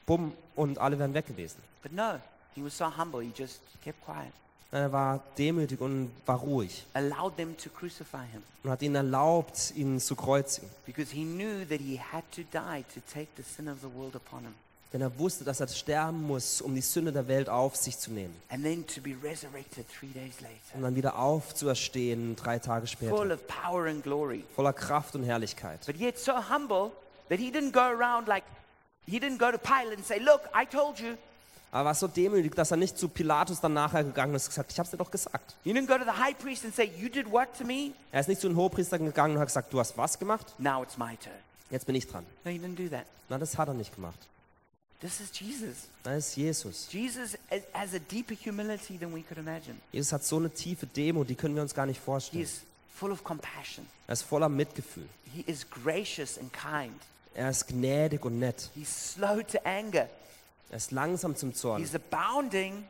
Bumm, und alle wären weg gewesen.
But no, he was so humble, he just kept quiet,
Nein, Er war demütig und war ruhig
allowed them to crucify him
und hat ihnen erlaubt, ihn zu kreuzigen.
because he knew that he had to die to take the sin of the world upon him
Denn er wusste, dass er sterben muss, um die Sünde der Welt auf sich zu nehmen
and then to be resurrected three days later,
und dann wieder aufzuerstehen drei Tage
full
später.
of power and glory.
Voller Kraft und Herrlichkeit.
But yet so humble that he didn't go around like, he didn't go to Pilate and say, Look, I told you.
Aber er war so demütig, dass er nicht zu Pilatus dann nachher gegangen ist und gesagt, ich hab's dir doch gesagt.
He didn't go to the high priest and say, You did what to me?
Er ist nicht zu den Hohepriestern gegangen und hat gesagt, du hast was gemacht?
Now it's my turn.
Jetzt bin ich dran.
No, he didn't do that.
Na, das hat er nicht gemacht.
This is Jesus.
Das ist Jesus.
Jesus has- has a deeper humility than we could imagine.
Jesus hat so eine tiefe Demo, die können wir uns gar nicht
He
vorstellen.
is full of compassion.
Er ist voller Mitgefühl.
He is gracious and kind.
Er ist gnädig und nett.
He's slow to anger.
Er ist langsam zum Zorn.
He's abounding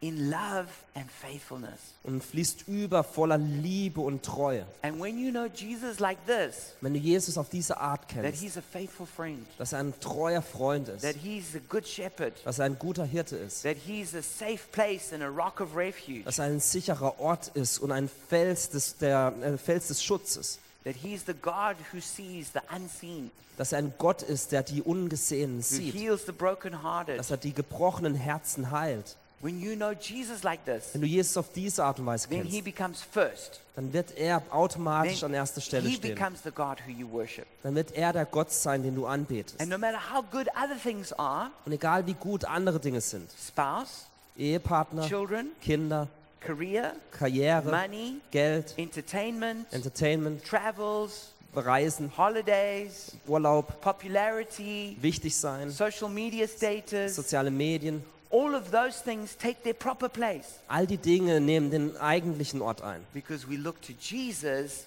in love and faithfulness.
und fließt über voller Liebe und Treue.
And when you know Jesus like this,
Wenn du Jesus auf diese Art
that
kennst,
he's a faithful friend,
dass er ein treuer Freund
that
ist,
he's a good shepherd,
dass er ein guter Hirte ist,
that he's a safe place and a rock of refuge,
dass er ein sicherer Ort ist und ein Fels des, der, äh, Fels des Schutzes,
that he's the God who sees the unseen,
dass er ein Gott ist, der die Ungesehenen
who
sieht,
heals the brokenhearted.
dass er die gebrochenen Herzen heilt.
When you know Jesus like this,
Wenn du Jesus auf diese Art und Weise
then he
kennst,
becomes first.
dann wird er automatisch an
Then
erster Stelle
he
stehen.
becomes the God who you worship.
Dann wird er der Gott sein, den du anbetest.
And no matter how good other things are,
Und egal wie gut andere Dinge sind,
spouse,
Ehepartner,
children,
Kinder,
career,
Karriere,
money,
Geld,
entertainment,
Entertainment,
travels,
Reisen,
holidays,
Urlaub,
popularity,
wichtig sein,
social media status,
soziale Medien,
all of those things take their proper place
all die Dinge nehmen den eigentlichen Ort ein.
because we look to Jesus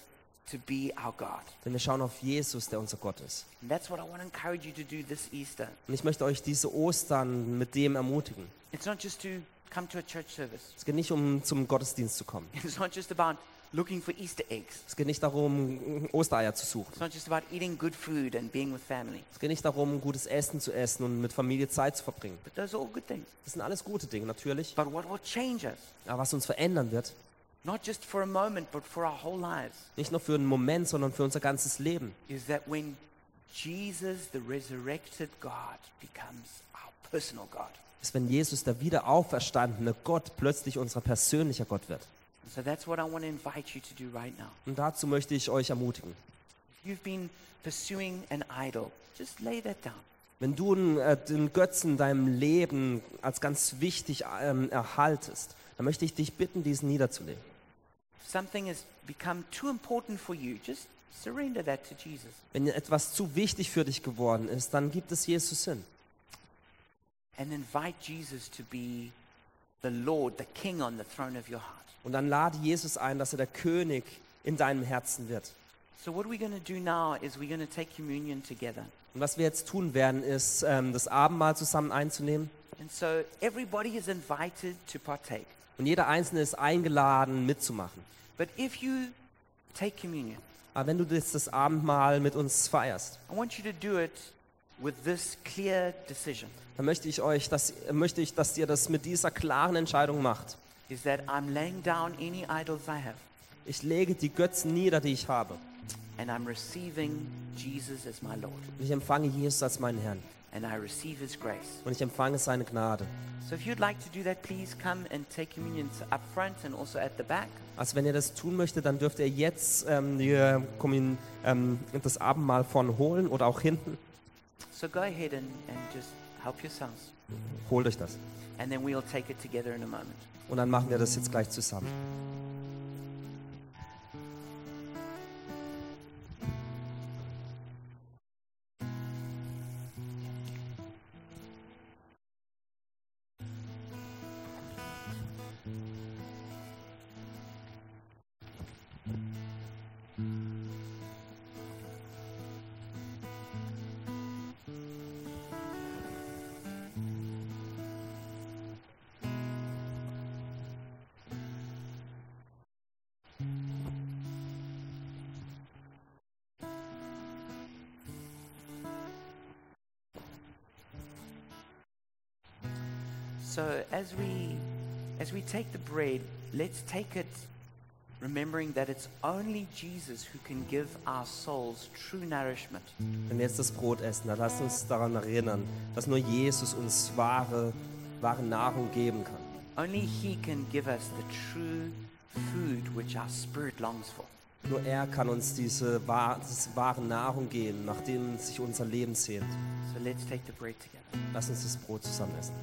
to be our God.
Denn wir schauen auf Jesus, der unser Gott ist.
And that's what I want to encourage you to do this Easter.
Und ich möchte euch diese Ostern mit dem ermutigen.
It's not just to come to a church service.
Es geht nicht um zum Gottesdienst zu kommen.
It's not just about looking for Easter eggs.
Es geht nicht darum, Ostereier zu suchen.
It's not just about eating good food and being with family.
Es geht nicht darum, um gutes Essen zu essen und mit Familie Zeit zu verbringen.
But those are all good things.
Das sind alles gute Dinge, natürlich.
But what will change us,
Aber was uns verändern wird,
not just for a moment, but for our whole lives,
nicht nur für einen Moment, sondern für unser ganzes Leben,
is that when Jesus, the resurrected God, becomes our personal God.
ist, wenn Jesus, der wieder auferstandene Gott, plötzlich unser persönlicher Gott wird.
And so that's what I want to invite you to do right now.
Und dazu möchte ich euch ermutigen.
If you've been pursuing an idol, just lay that down.
Wenn du einen, äh, den Götzen in deinem Leben als ganz wichtig ähm, erhaltest, dann möchte ich dich bitten, diesen niederzulegen.
If something has become too important for you, just surrender that to Jesus.
Wenn etwas zu wichtig für dich geworden ist, dann gibt es Jesus hin.
And invite Jesus to be the Lord, the King on the throne of your heart.
Und dann lade Jesus ein, dass er der König in deinem Herzen wird.
So what we're going to do now is we're going to take communion together.
Und was wir jetzt tun werden, ist, ähm, das Abendmahl zusammen einzunehmen.
And so everybody is invited to partake.
Und jeder Einzelne ist eingeladen, mitzumachen.
But if you take communion,
Aber wenn du jetzt das Abendmahl mit uns feierst,
I want you to do it with this clear decision
dann möchte ich euch, dass, äh, möchte ich, dass ihr das mit dieser klaren Entscheidung macht.
is that I'm laying down any idols I have
Ich lege die Götzen nieder, die ich habe.
and I'm receiving Jesus as my Lord
Und ich empfange Jesus als meinen Herrn.
and I receive his grace.
Und ich empfange seine Gnade.
So if you'd like to do that, please come and take communion up front and also at the back.
Also wenn ihr das tun möchtet, dann dürft ihr jetzt ähm, die, äh, Kommun- ähm, das Abendmahl vorne holen oder auch hinten.
So go ahead and, and just help yourselves.
Holt euch das.
And then we'll take it together in a moment.
Und dann machen wir das jetzt gleich zusammen.
So as we as we take the bread, let's take it remembering that it's only Jesus who can give our souls true nourishment.
Wenn wir jetzt das Brot essen, dann lasst uns daran erinnern, dass nur Jesus uns wahre, wahre Nahrung geben kann.
Only he can give us the true food which our spirit longs for.
Nur er kann uns diese, wahr- diese wahre Nahrung geben, nach dem sich unser Leben sehnt.
So let's take the bread together.
Lass uns das Brot zusammen essen.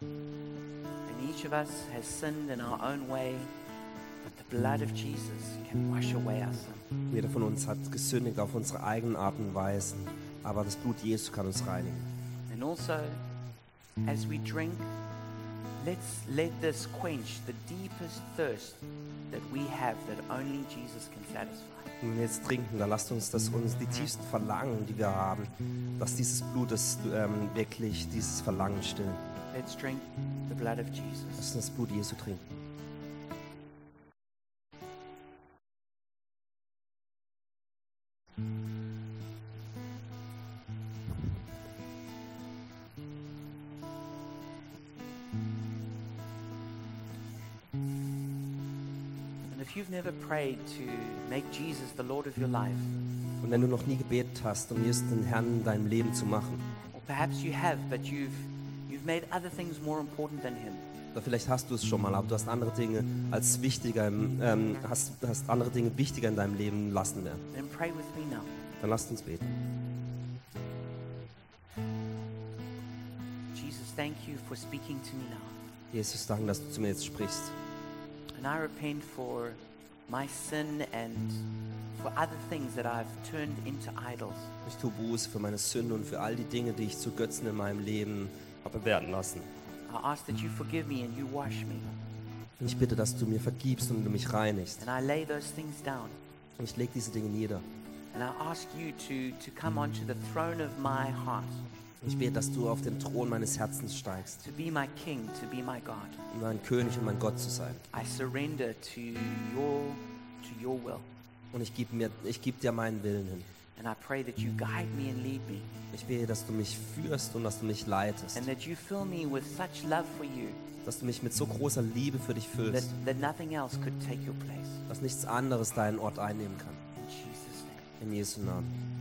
And each of us has sinned in our own way, but the blood of Jesus can wash away our sin.
Jeder von uns hat gesündigt auf unsere eigenen Art und Weisen, aber das Blut Jesu kann uns reinigen.
And also, as we drink, let's let this quench the deepest thirst that we have that only Jesus can satisfy.
Wenn wir jetzt trinken, dann lasst uns das uns die tiefsten Verlangen, die wir haben, dass dieses Blut das, ähm, wirklich dieses Verlangen stillt.
Let's drink the blood of Jesus.
Lass uns das Blut Jesu trinken.
And if you've never prayed to make Jesus the Lord of your life,
Und wenn du noch nie gebetet hast, um Jesus den Herrn in deinem Leben zu machen,
or perhaps you have, but you've you've made other things more important than Him,
oder vielleicht hast du es schon mal, aber du hast andere Dinge als wichtiger, im, ähm, hast, hast andere Dinge wichtiger in deinem Leben lassen werden,
then pray with me now.
dann lasst uns beten.
Jesus, thank you for speaking to me now,
Jesus, danke, dass du zu mir jetzt sprichst.
and I repent for my sin and for other things that I've turned into idols.
Ich tue Buße für meine Sünde und für all die Dinge, die ich zu Götzen in meinem Leben habe werden lassen.
I ask that you forgive me and you wash me,
Und ich bitte, dass du mir vergibst und du mich reinigst.
and I lay those things down.
Und ich lege diese Dinge nieder.
And I ask you to, to come onto the throne of my heart,
Und ich bete, dass du auf den Thron meines Herzens steigst,
to be my king, to be my God.
um mein König und mein Gott zu sein.
I surrender to your, to your will.
Und ich gebe mir- ich gebe dir meinen Willen hin.
And I pray that you guide me and lead me,
Ich bete, dass du mich führst und dass du mich leitest.
and that you fill me with such love for you
Dass du mich mit so großer Liebe für dich
that,
füllst,
that nothing else could take your place.
dass nichts anderes deinen Ort einnehmen kann.
In Jesus' name.
In Jesu Namen.